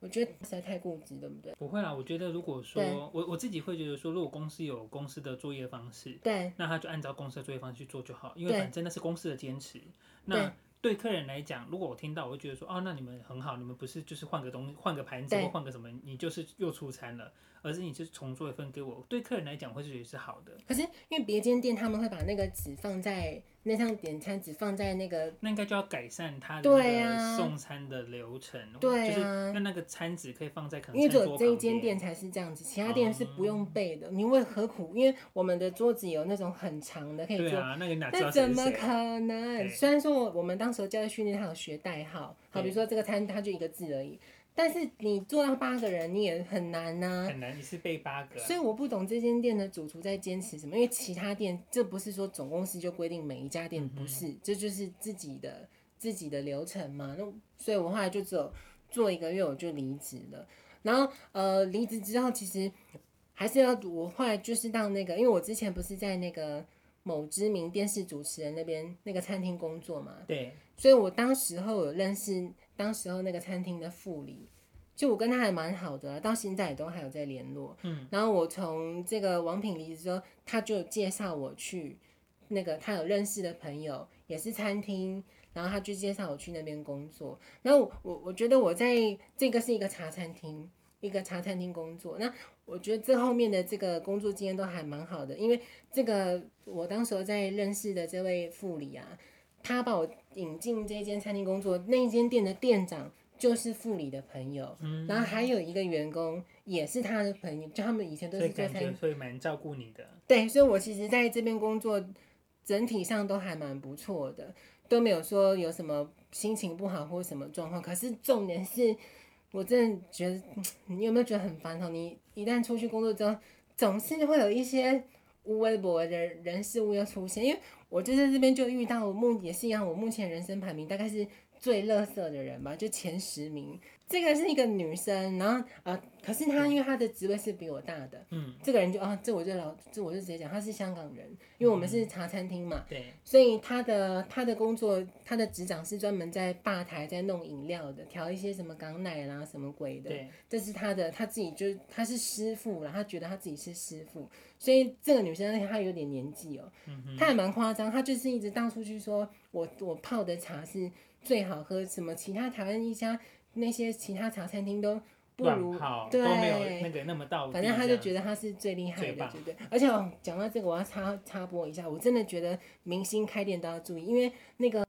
我觉得实在太固执，对不对？
不会啦。我觉得如果
对
说我我自己会觉得说，如果公司有公司的作业方式，
对
那他就按照公司的作业方式去做就好，因为
对
反正那是公司的坚持。
对
那对客人来讲，如果我听到，我会觉得说，哦，那你们很好，你们不是就是换个东西、换个盘子
对
或换个什么，你就是又出餐了，而是你就是重做一份给我。对客人来讲，会觉得是好的，
可是因为别间店他们会把那个纸放在那张点餐纸放在那个
那应该就要改善他的
对
那
啊
个送餐的流程，
对
就是
啊
让那个餐纸可以放在可能
因为只
餐
有
桌
这一
旁
间
边
店。才是这样子，其他店是不
哦
用备的。你为何苦？因为我们的桌子有那种很长的可以
对
坐，
啊，那个哪知
那
道谁
怎
是
么
谁啊？
可能？
对
虽然说我我们当时候教育训练，它有学代号，好，
对
比如说这个餐它就一个字而已，但是你做到八个人你也很难啊呐、
很难，你是被八个啊、
所以我不懂这间店的主厨在坚持什么，因为其他店这不是说总公司就规定每一家店，不
嗯
是，这就是自己的自己的流程嘛。那所以我后来就只有做一个月我就离职了，然后呃离职之后其实还是要我后来就是到那个，因为我之前不是在那个某知名电视主持人那边那个餐厅工作嘛，
对，
所以我当时候有认识当时候那个餐厅的副理，就我跟他还蛮好的啊、到现在也都还有在联络。嗯，然后我从这个王品离职之后，他就介绍我去那个他有认识的朋友，也是餐厅。然后他就介绍我去那边工作，然后我我我觉得我在这个是一个茶餐厅，一个茶餐厅工作。那我觉得这后面的这个工作经验都还蛮好的，因为这个我当时候在认识的这位副理啊，他把我引进这间餐厅工作，那一间店的店长就是副理的朋友，
嗯
然后还有一个员工也是他的朋友，就他们以前都
所
是
以
做
感
餐
觉
厅。
所以蛮照顾你的。
对，所以我其实在这边工作，整体上都还蛮不错的，都没有说有什么心情不好或什么状况。可是重点是，我真的觉得，你有没有觉得很烦哦？你一旦出去工作之后，总是会有一些无微博的人事物要出现，因为我就在这边就遇到我目也是一样，我目前人生排名大概是最垃圾的人吧，就前十名。这个是一个女生，然后呃，可是她因为她的职位是比我大的，
嗯，
这个人就啊，这我就老这我就直接讲，他是香港人，因为我们
嗯
是茶餐厅嘛，
对，
所以他的他的工作，他的职掌是专门在吧台在弄饮料的，调一些什么港奶啦什么鬼的，
对，
这是他的他自己就他是师傅啦，他觉得他自己是师傅，所以这个女生她有点年纪哦、
嗯
她还蛮夸张，她就是一直到处去说我我泡的茶是最好喝，什么其他台湾一家那些其他茶餐厅都不
乱
如
跑
对
都没有那个那么到地这
反
样，
正他就觉得他是最厉害
最
的，
棒
对不对？而且哦讲到这个，我要插插播一下，我真的觉得明星开店都要注意，因为那个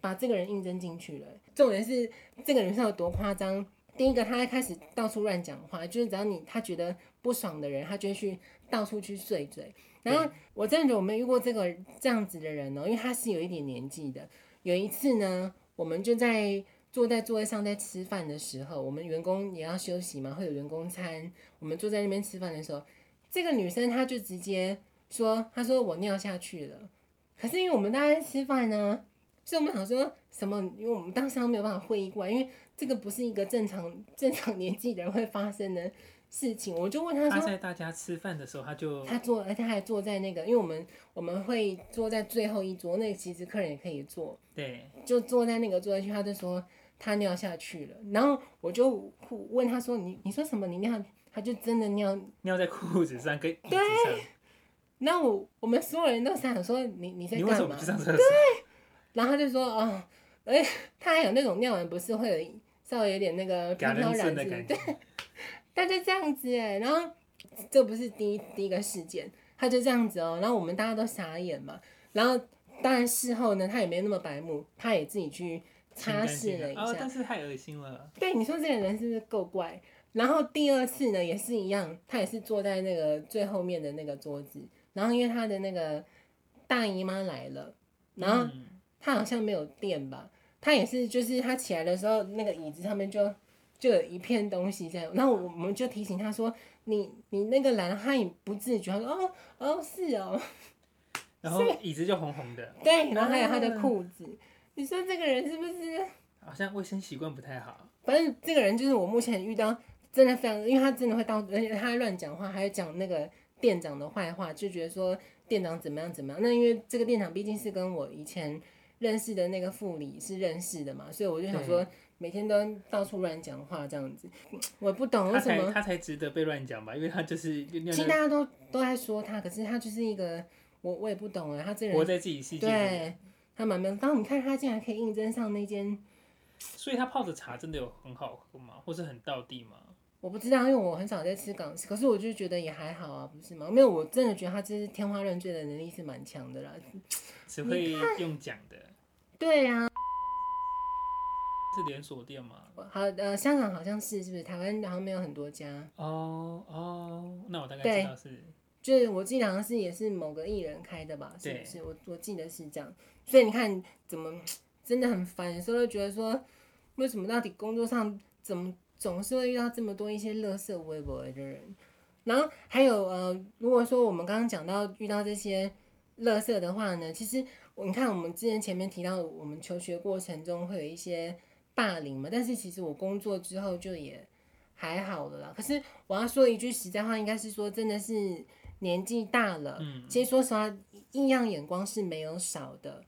把这个人应征进去了，重点是这个女生有多夸张。第一个，他开始到处乱讲话，就是只要你他觉得不爽的人，他就会去到处去碎嘴。然后我真的觉得我没有遇过这个这样子的人哦，因为他是有一点年纪的。有一次呢，我们就在坐在座位上在吃饭的时候，我们员工也要休息嘛，会有员工餐。我们坐在那边吃饭的时候，这个女生她就直接说：“她说我尿下去了。”可是因为我们大家在吃饭呢、所以我们想说什么？因为我们当时没有办法会意过来，因为这个不是一个正常正常年纪的人会发生的事情。我就问她
他
说
在大家吃饭的时候，他就
他坐，而且他还坐在那个，因为我们我们会坐在最后一桌，那其实客人也可以坐，
对
就坐在那个座位区，他就说他尿下去了，然后我就问他说你你说什么你尿，他就真的尿，
尿在裤子上跟椅子
对
上，
然后我我们所有人都想说你你在
你为什
干
么
嘛
不去，上厕所？
然后他就说哦，哎、他还有那种尿完不是会有稍微有点那个飘
感
飘
人
然
顺
之
的
类
感
的
觉，，
大家这样子哎，然后这不是第一第一个事件，他就这样子哦，然后我们大家都傻眼嘛，然后当然事后呢，他也没那么白目，他也自己去
清
擦
干净
拭了一
哦，
下。
但是太恶心了，
对，你说这个人是不是够怪？然后第二次呢也是一样，他也是坐在那个最后面的那个桌子，然后因为他的那个大姨妈来了，然后
嗯
他好像没有电吧，他也是就是他起来的时候，那个椅子上面就就有一片东西在，然后我我们就提醒他说，你你那个蓝他也不自觉，他说哦哦是哦，
然后椅子就红红的，
对，然后还有他的裤子，你说这个人是不是？
好像卫生习惯不太好，
反正这个人就是我目前遇到真的非常，因为他真的会到，而且他还乱讲话，还有讲那个店长的坏话，就觉得说店长怎么样怎么样。那因为这个店长毕竟是跟我以前认识的那个副理是认识的嘛，所以我就想说每天都到处乱讲话这样子，我也不懂哦为
他
什
才
么。
他才值得被乱讲吧，因为他就是尿
其实
在
大家都都在说他，可是他就是一个我我也不懂哎，他这人
活在自己世界里，
对，他蛮妙。当你看他竟然可以应征上那间，
所以他泡的茶真的有很好喝吗？或是很道地吗？
我不知道，因为我很少在吃港式，可是我就觉得也还好啊，不是吗？没有，我真的觉得他这是天花乱坠的能力是蛮强的啦。
只会用讲的。
对啊，
是连锁店吗？
好，呃，香港好像是，是不是？台湾好像没有很多家。
哦哦，那我大概知道是。
就是我记得好像是也是某个艺人开的吧，是不是？我我记得是这样，所以你看怎么真的很烦，有时候就觉得说，为什么到底工作上怎么总是会遇到这么多一些乐色微博的人？然后还有呃，如果说我们刚刚讲到遇到这些乐色的话呢，其实你看我们之前前面提到，我们求学过程中会有一些霸凌嘛，但是其实我工作之后就也还好了啦。可是我要说一句实在话，应该是说真的是。年纪大了，
嗯
其实说实话，异样眼光是没有少的，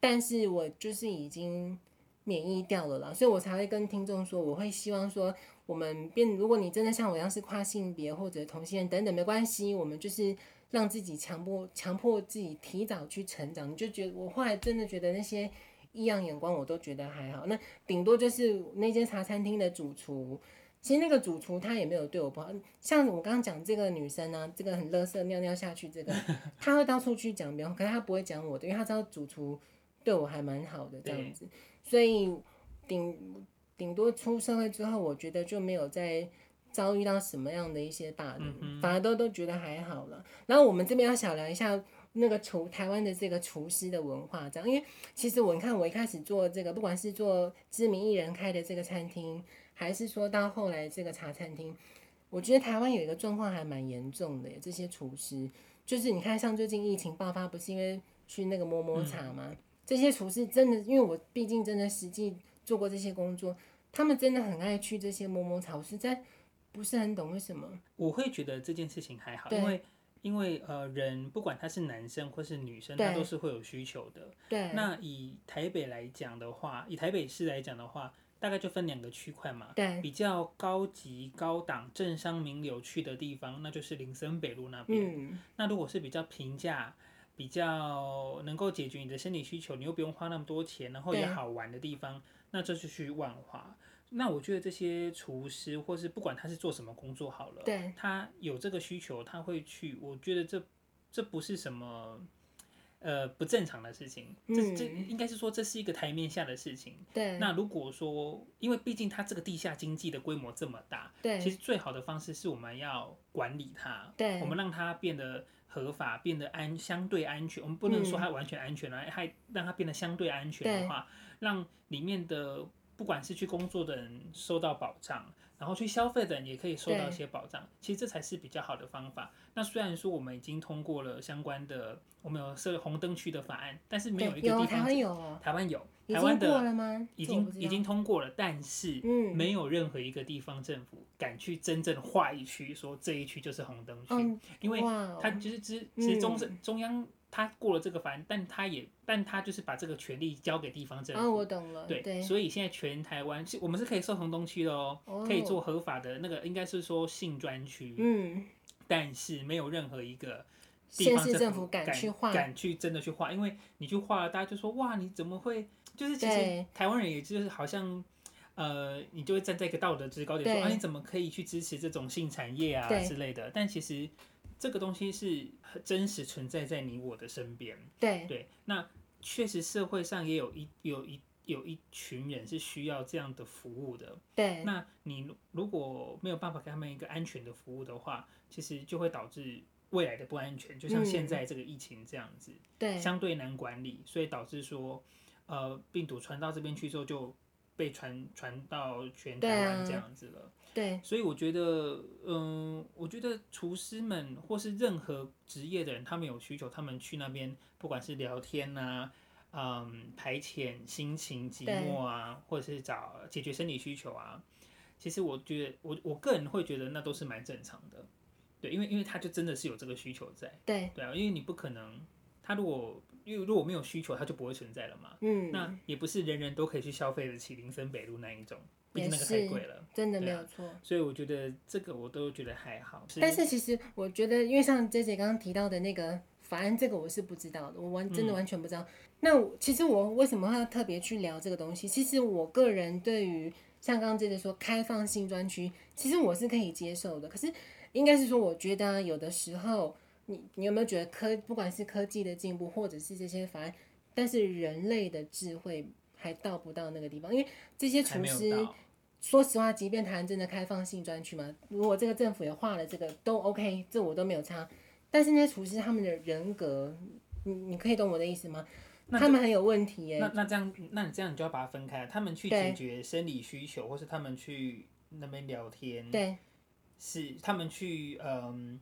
但是我就是已经免疫掉了啦，所以我才会跟听众说，我会希望说，我们变，如果你真的像我一样是跨性别或者同性恋等等，没关系，我们就是让自己强迫强迫自己提早去成长，你就觉得我后来真的觉得那些异样眼光我都觉得还好，那顶多就是那间茶餐厅的主厨。其实那个主厨他也没有对我不好，像我刚刚讲这个女生呢、啊，这个很乐色尿尿下去，这个她会到处去讲别人，可是她不会讲我的，因为她知道主厨对我还蛮好的这样子，所以顶顶多出社会之后，我觉得就没有再遭遇到什么样的一些霸凌，
嗯哼
反而都都觉得还好了。然后我们这边要小聊一下那个厨台湾的这个厨师的文化，这样，因为其实我你看我一开始做这个，不管是做知名艺人开的这个餐厅。还是说到后来这个茶餐厅，我觉得台湾有一个状况还蛮严重的耶，这些厨师就是你看，像最近疫情爆发，不是因为去那个摸
嗯
摸茶吗？这些厨师真的，因为我毕竟真的实际做过这些工作，他们真的很爱去这些摸摸茶，我实在不是很懂为什么。
我会觉得这件事情还好，
对
因为因为呃，人不管他是男生或是女生，他
对
都是会有需求的。
对，
那以台北来讲的话，以台北市来讲的话，大概就分两个区块嘛。
对，
比较高级、高档、政商名流去的地方，那就是林森北路那边。
嗯，
那如果是比较平价、比较能够解决你的生理需求，你又不用花那么多钱，然后也
对
好玩的地方，那这就去万华。那我觉得这些厨师，或是不管他是做什么工作好了，
对，
他有这个需求，他会去。我觉得这这不是什么呃不正常的事情，这这
嗯
应该是说这是一个台面下的事情。
对，
那如果说，因为毕竟它这个地下经济的规模这么大，其
对，
实最好的方式是我们要管理它，
对
我们让它变得合法，变得安相对安全。我们不能说
嗯
它完全安全了、啊还让它变得相对安全
对
的话，让里面的不管是去工作的人受到保障，然后去消费的人也可以受到
对
一些保障。其实这才是比较好的方法。那虽然说我们已经通过了相关的，我们有设红灯区的法案，但是没有
对
一个
有
地
台
方
湾有哦，
台湾有，
已
台
经
湾的
过了吗？
已
这我
经
不知
已
道
经通过了，但是
嗯
没有任何一个地方政府敢去真正划一区，说这一区就是红灯区，
嗯，
因为
哇哦
他就是之其实中
嗯
政、中央他过了这个法案，但他也但他就是把这个权利交给地方政府。
哦，我懂了，
对，
对，
所以现在全台湾是我们是可以设红灯区的哦，可以
哦
做合法的那个，应该是说性专区，
嗯。
但是没有任何一个地
县
方
市政府
府
敢
敢
去画
敢去真的去画，因为你去画了，大家就说哇，你怎么会？就是其
对
实台湾人也就是好像。呃，你就会站在一个道德制高点说
对
啊，你怎么可以去支持这种性产业啊
对
之类的？但其实这个东西是很真实存在在你我的身边。
对
对，那确实社会上也有一有一有一群人是需要这样的服务的。
对
那你如如果没有办法给他们一个安全的服务的话，其实就会导致未来的不安全，就像现在这个疫情这样子，
嗯对
相对难管理，所以导致说，呃，病毒传到这边去之后就被传传到全
对
台
啊
湾这样子了。
对
所以我觉得，嗯，我觉得厨师们或是任何职业的人，他们有需求，他们去那边，不管是聊天呐、嗯，排遣心情寂寞啊，或者是找解决生理需求啊，其实我觉得，我我个人会觉得那都是蛮正常的，对，因为因为他就真的是有这个需求在，
对，
对啊，因为你不可能，他如果因为如果没有需求，他就不会存在了嘛。那
嗯，
也不是人人都可以去消费得起林森北路那一种，毕竟
也
那个太
是
贵了。
真的
对
没
啊
有错。
所以我觉得这个我都觉得还好。
但是其实我觉得，因为像 J J 刚刚提到的那个反正这个我是不知道的，我完真
嗯
的完全不知道。那我其实我为什么要特别去聊这个东西？其实我个人对于像刚刚这个说开放性专区，其实我是可以接受的。可是应该是说，我觉得啊有的时候，你你有没有觉得科不管是科技的进步，或者是这些法案，但是人类的智慧还到不到那个地方？因为这些
还
厨
没
师
有。到。
说实话，即便台湾真的开放性专区嘛，如果这个政府也划了这个都 OK，这我都没有差。但是那些厨师他们的人格，你你可以懂我的意思吗？
那
他们很有问题耶、
那那这样，那你这样你就要把它分开。他们去
对
解决生理需求，或是他们去那边聊天，
对
是他们去嗯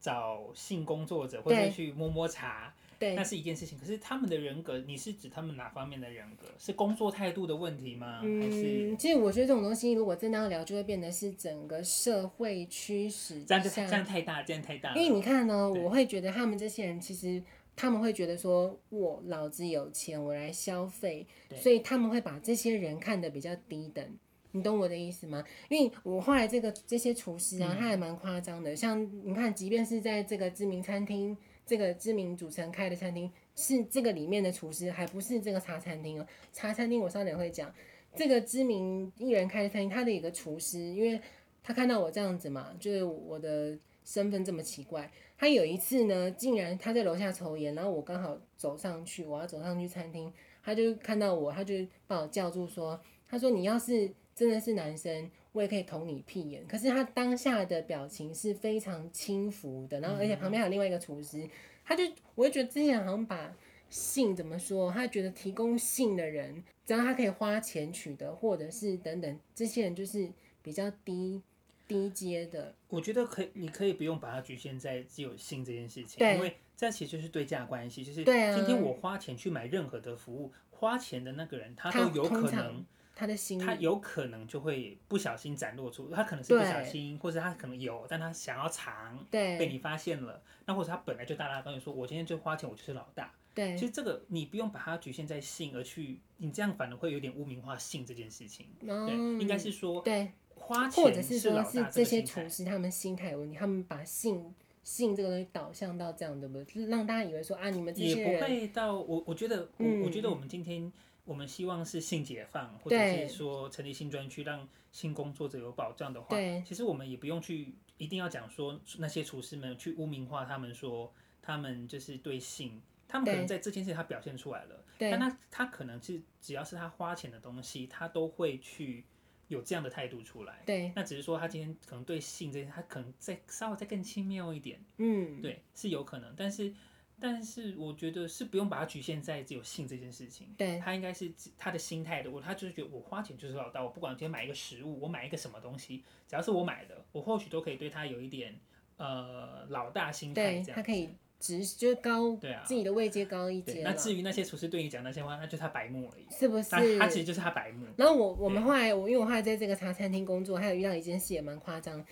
找性工作者，或者
对
去摸摸茶，那
对，
是一件事情。可是他们的人格，你是指他们哪方面的人格？是工作态度的问题吗？还是
嗯，其实我觉得这种东西如果真的要聊，就会变得是整个社会驱使
这样就
下
这样太大，这样太大了？
因为你看呢、
对
我会觉得他们这些人其实他们会觉得说，我老子有钱，我来消费，
对
所以他们会把这些人看得比较低等。你懂我的意思吗？因为我后来这个这些厨师啊，他
嗯
还蛮夸张的。像你看，即便是在这个知名餐厅，这个知名主持人开的餐厅，是这个里面的厨师，还不是这个茶餐厅哦。茶餐厅我稍等会讲，这个知名艺人开的餐厅，他的一个厨师，因为他看到我这样子嘛，就是我的身份这么奇怪。他有一次呢，竟然他在楼下抽烟，然后我刚好走上去，我要走上去餐厅，他就看到我，他就把我叫住说：“他说你要是真的是男生，我也可以捅你屁眼。”可是他当下的表情是非常轻浮的，然后而且旁边还有另外一个厨师，他就我就觉得之前好像把性怎么说，他觉得提供性的人，只要他可以花钱取得，或者是等等，这些人就是比较低低阶的，
我觉得可以，你可以不用把它局限在只有性这件事情，
对
因为这其实就是对价关系，就是
对啊
今天我花钱去买任何的服务，花钱的那个人他
他
都有可
通常
能，
他的心
他
理
有可能就会不小心展露出，他可能是不
对
小心，或者他可能有，但他想要藏，
对
被你发现了，那或者他本来就大大方方说，我今天就花钱，我就是老大。
对
其实这个你不用把它局限在性而去，你这样反而会有点污名化性这件事情。对，
嗯
应该是说
对，
花
或者
钱
是说
老大
是
个
这些
心
厨
态
师他们心态有问题，他们把性性这个东西导向到这样，对不对？就是让大家以为说啊，你们这
也
些
不
人
会到我，我觉得我、我觉得我们今天我们希望是性解放，或者
嗯对
是说成立性专区，让性工作者有保障的话
对，
其实我们也不用去一定要讲说那些厨师们去污名化他们说他们就是对性。他们可能
对
在这件事他表现出来了，
对
但他他可能是只要是他花钱的东西，他都会去有这样的态度出来。
对，
那只是说他今天可能对性这些，他可能再稍微再更轻蔑一点，
嗯，
对，是有可能，但是但是我觉得是不用把它局限在只有性这件事情。
对
他应该是自他的心态的，我他就是觉得我花钱就是老大，我不管今天买一个食物，我买一个什么东西，只要是我买的，我或许都可以对他有一点呃老大心态
对，
这
他
样。
可以直就是高
对啊
自己的位阶高一
对，
阶
那
了，
至于那些厨师对你讲那些话，那就是他白目而已。
是不
那
是？
他其实就是他白目。
然后我我们后来我因为我后来在这个茶餐厅工作，还有遇到一件事也蛮夸张。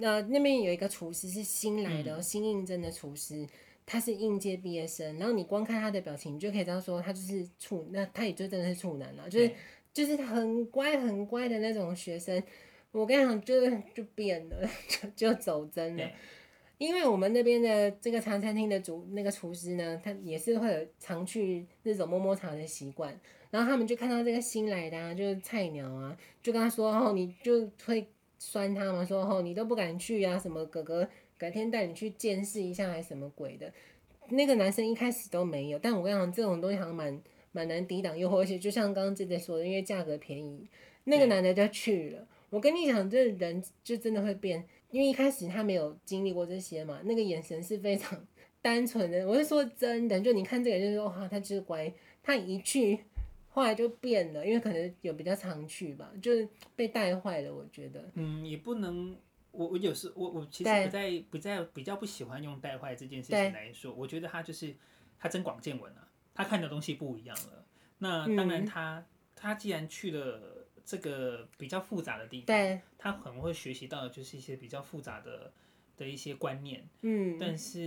那、那边有一个厨师是新来的哦、新应征的厨师，他是应届毕业生。然后你光看他的表情，你就可以知道说他就是处，那他也就真的是处男了，就是
对
就是很乖很乖的那种学生。我跟你讲，就是就变了， 就就走真了
对。
因为我们那边的这个茶餐厅的主那个厨师呢，他也是会有常去那种摸摸茶的习惯，然后他们就看到这个新来的啊，就是菜鸟啊，就跟他说哦，你就会酸他嘛，说哦，你都不敢去啊，什么哥哥改天带你去见识一下还是什么鬼的。那个男生一开始都没有，但我跟你讲，这种东西好像蛮蛮难抵挡诱惑，而且就像刚刚姐姐说的，因为价格便宜，那个
对
男的就去了。我跟你讲，这人就真的会变，因为一开始他没有经历过这些嘛，那个眼神是非常 单纯的。我是说真的，就你看这个人就说哇，他就是乖，他一去，后来就变了，因为可能有比较常去吧，就是被带坏了。我觉得，
嗯，也不能，我我有时我我其实
对
不在不在比较不喜欢用带坏这件事
对
情来说，我觉得他就是他增广见闻啊，他看的东西不一样了。那当然
嗯
他、他既然去了这个比较复杂的地方，
对
他可能会学习到的就是一些比较复杂的的一些观念。
嗯，
但是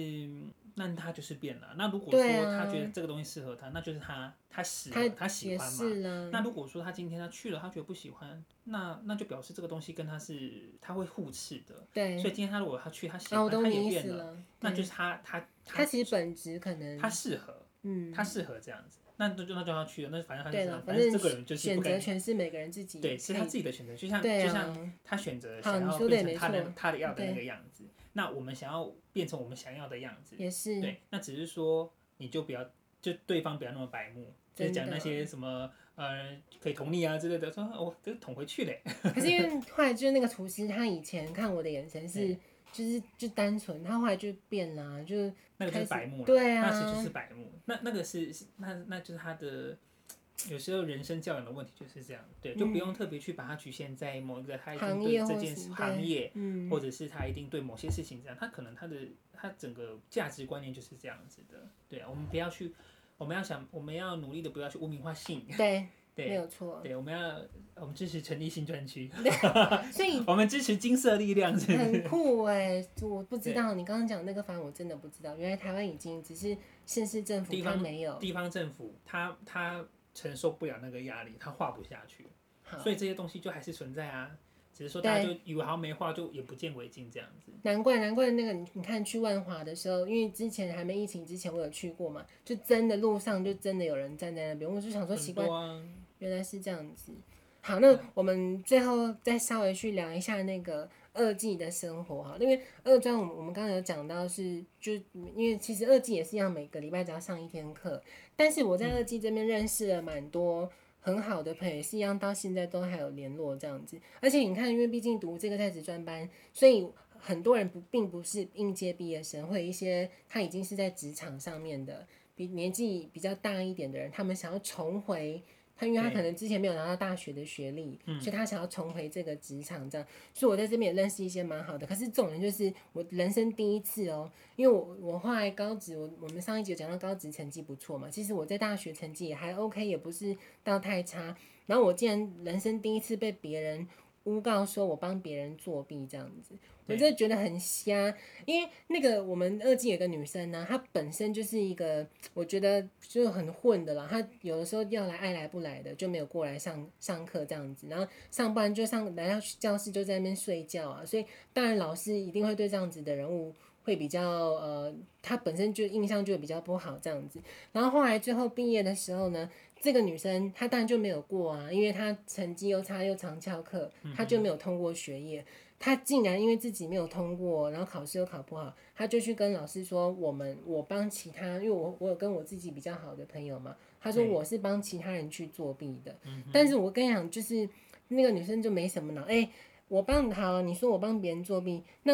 那他就是变了。那如果
对
说
啊
他觉得这个东西适合他，那就是他他喜欢他喜
也
欢嘛。
是啦。
那如果说他今天他去了，他觉得不喜欢，那那就表示这个东西跟他是他会互斥的。
对
所，以今天他如果他去，他喜
啊，
欢，
我懂
他
你
也
意
变
思嗯
了，
了。
那
对
就是他他
他其实本质可能，
他适合，
嗯，
他适合这样子，那就就那就要去了，那反正他就
对
是
了，
反
正
这个人就是
选
不
择
该，
权是每个人自己
对，是他
可以
自己的选择，就像
对
就像
啊，
他选择
好
想
你
要
说得
变
也
成
没
他的
错
他的要的那
对
个样子，那我们想要变成我们想要的样子，
也是，
对，那只是说你就不要，就对方不要那么白目，就是
真
讲那
的
些什么呃可以捅你啊之类的，说我这捅回去嘞，
可是因为后来就是那个厨师，他以前看我的眼神是
对。
就是就单纯，他后来就变啦、就是
那个就
开
是
始
白目了，
对啊，
那其实就是白目，那那个是是那那就是他的。有时候人生教养的问题就是这样，对，就不用特别去把它局限在某一个他一定
嗯行
对
业
这
或
件
什
事
么
行
对
业
嗯，
或者是他一定对某些事情这样，他可能他的他整个价值观念就是这样子的。对啊，我们不要去，我们要想，我们要努力的不要去污名化性。
对，没
对
有错。
对，我们要我们支持成立新专 区，
嗯所 以
我们支持金色力量是
很酷哎、我不知道你刚刚讲那个，反正我真的不知道，原来台湾已经只是县市政府
地
它
方
没有，
地方政府，他他承受不了那个压力，他画不下去，
好，
所以这些东西就还是存在啊。只是说大家就以为好像没画，就也不见为净这样子。
难怪难怪那个你你看去万华的时候，因为之前还没疫情之前我有去过嘛，就真的路上就真的有人站在那边，我就想说奇
很
怪，
多啊，
原来是这样子。好，那我们最后再稍微去聊一下那个二季的生活哈，因为二专我们我们刚刚有讲到是，就因为其实二季也是一样，每个礼拜只要上一天课，但是我
嗯
在二季这边认识了蛮多很好的朋友，也是一样到现在都还有联络这样子。而且你看，因为毕竟读这个在职专班，所以很多人不并不是应届毕业生，会有一些他已经是在职场上面的，比年纪比较大一点的人，他们想要重回。他因为他
对
可能之前没有拿到大学的学历，
嗯
所以他想要重回这个职场，这样。所以我在这边也认识一些蛮好的。可是这种人就是我人生第一次哦，因为我我后来高职，我我们上一集有讲到高职成绩不错嘛，其实我在大学成绩也还 OK，也不是到太差。然后我竟然人生第一次被别人诬告说我帮别人作弊这样子，我
对
真的觉得很瞎。因为那个我们二季有个女生呢、她本身就是一个我觉得就是很混的啦，她有的时候要来爱来不来的，就没有过来上上课这样子，然后上班就上来到教室就在那边睡觉啊，所以当然老师一定会对这样子的人物。会比较呃，她本身就印象就比较不好这样子，然后后来最后毕业的时候呢，这个女生她当然就没有过啊，因为她成绩又差又常翘课，她就没有通过学业。她竟然因为自己没有通过，然后考试又考不好，她就去跟老师说：“我们我帮其他，因为我我有跟我自己比较好的朋友嘛，她说
对
我是帮其他人去作弊的。但是我跟你讲，就是那个女生就没什么脑，哎、我帮好，你说我帮别人作弊，那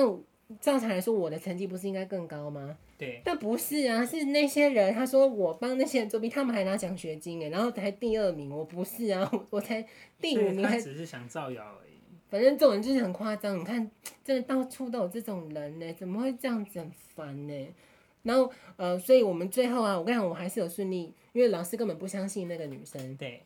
照常来说，我的成绩不是应该更高吗？
对，
但不是啊，是那些人，他说我帮那些人作弊，他们还拿奖学金哎，然后才第二名，我不是啊，我我才第五
所以
名，
他
还
只是想造谣而已。
反正这种人就是很夸张。你看，真的到处都有这种人呢，怎么会这样子？很烦呢。然后呃，所以我们最后啊，我跟你讲，我还是有顺利，因为老师根本不相信那个女生，
对，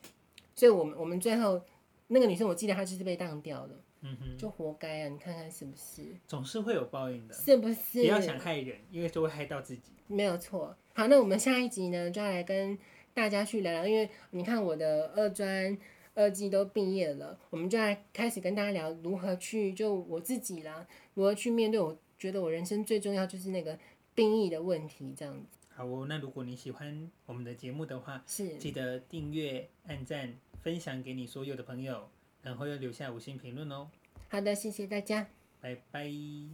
所以我们我们最后那个女生，我记得她就是被当掉了，
嗯哼，
就活该啊！你看看是不是？
总是会有报应的，
是不
不
是？
要想害人，因为就会害到自己。
没有错。好，那我们下一集呢，就要来跟大家去聊聊，因为你看我的二专、二技都毕业了，我们就来开始跟大家聊如何去就我自己啦，如何去面对我觉得我人生最重要就是那个兵役的问题，这样子
好哦，那如果你喜欢我们的节目的话，
是
记得订阅、按赞、分享给你所有的朋友，然后要留下五星评论哦。
好的，谢谢大家。
拜拜。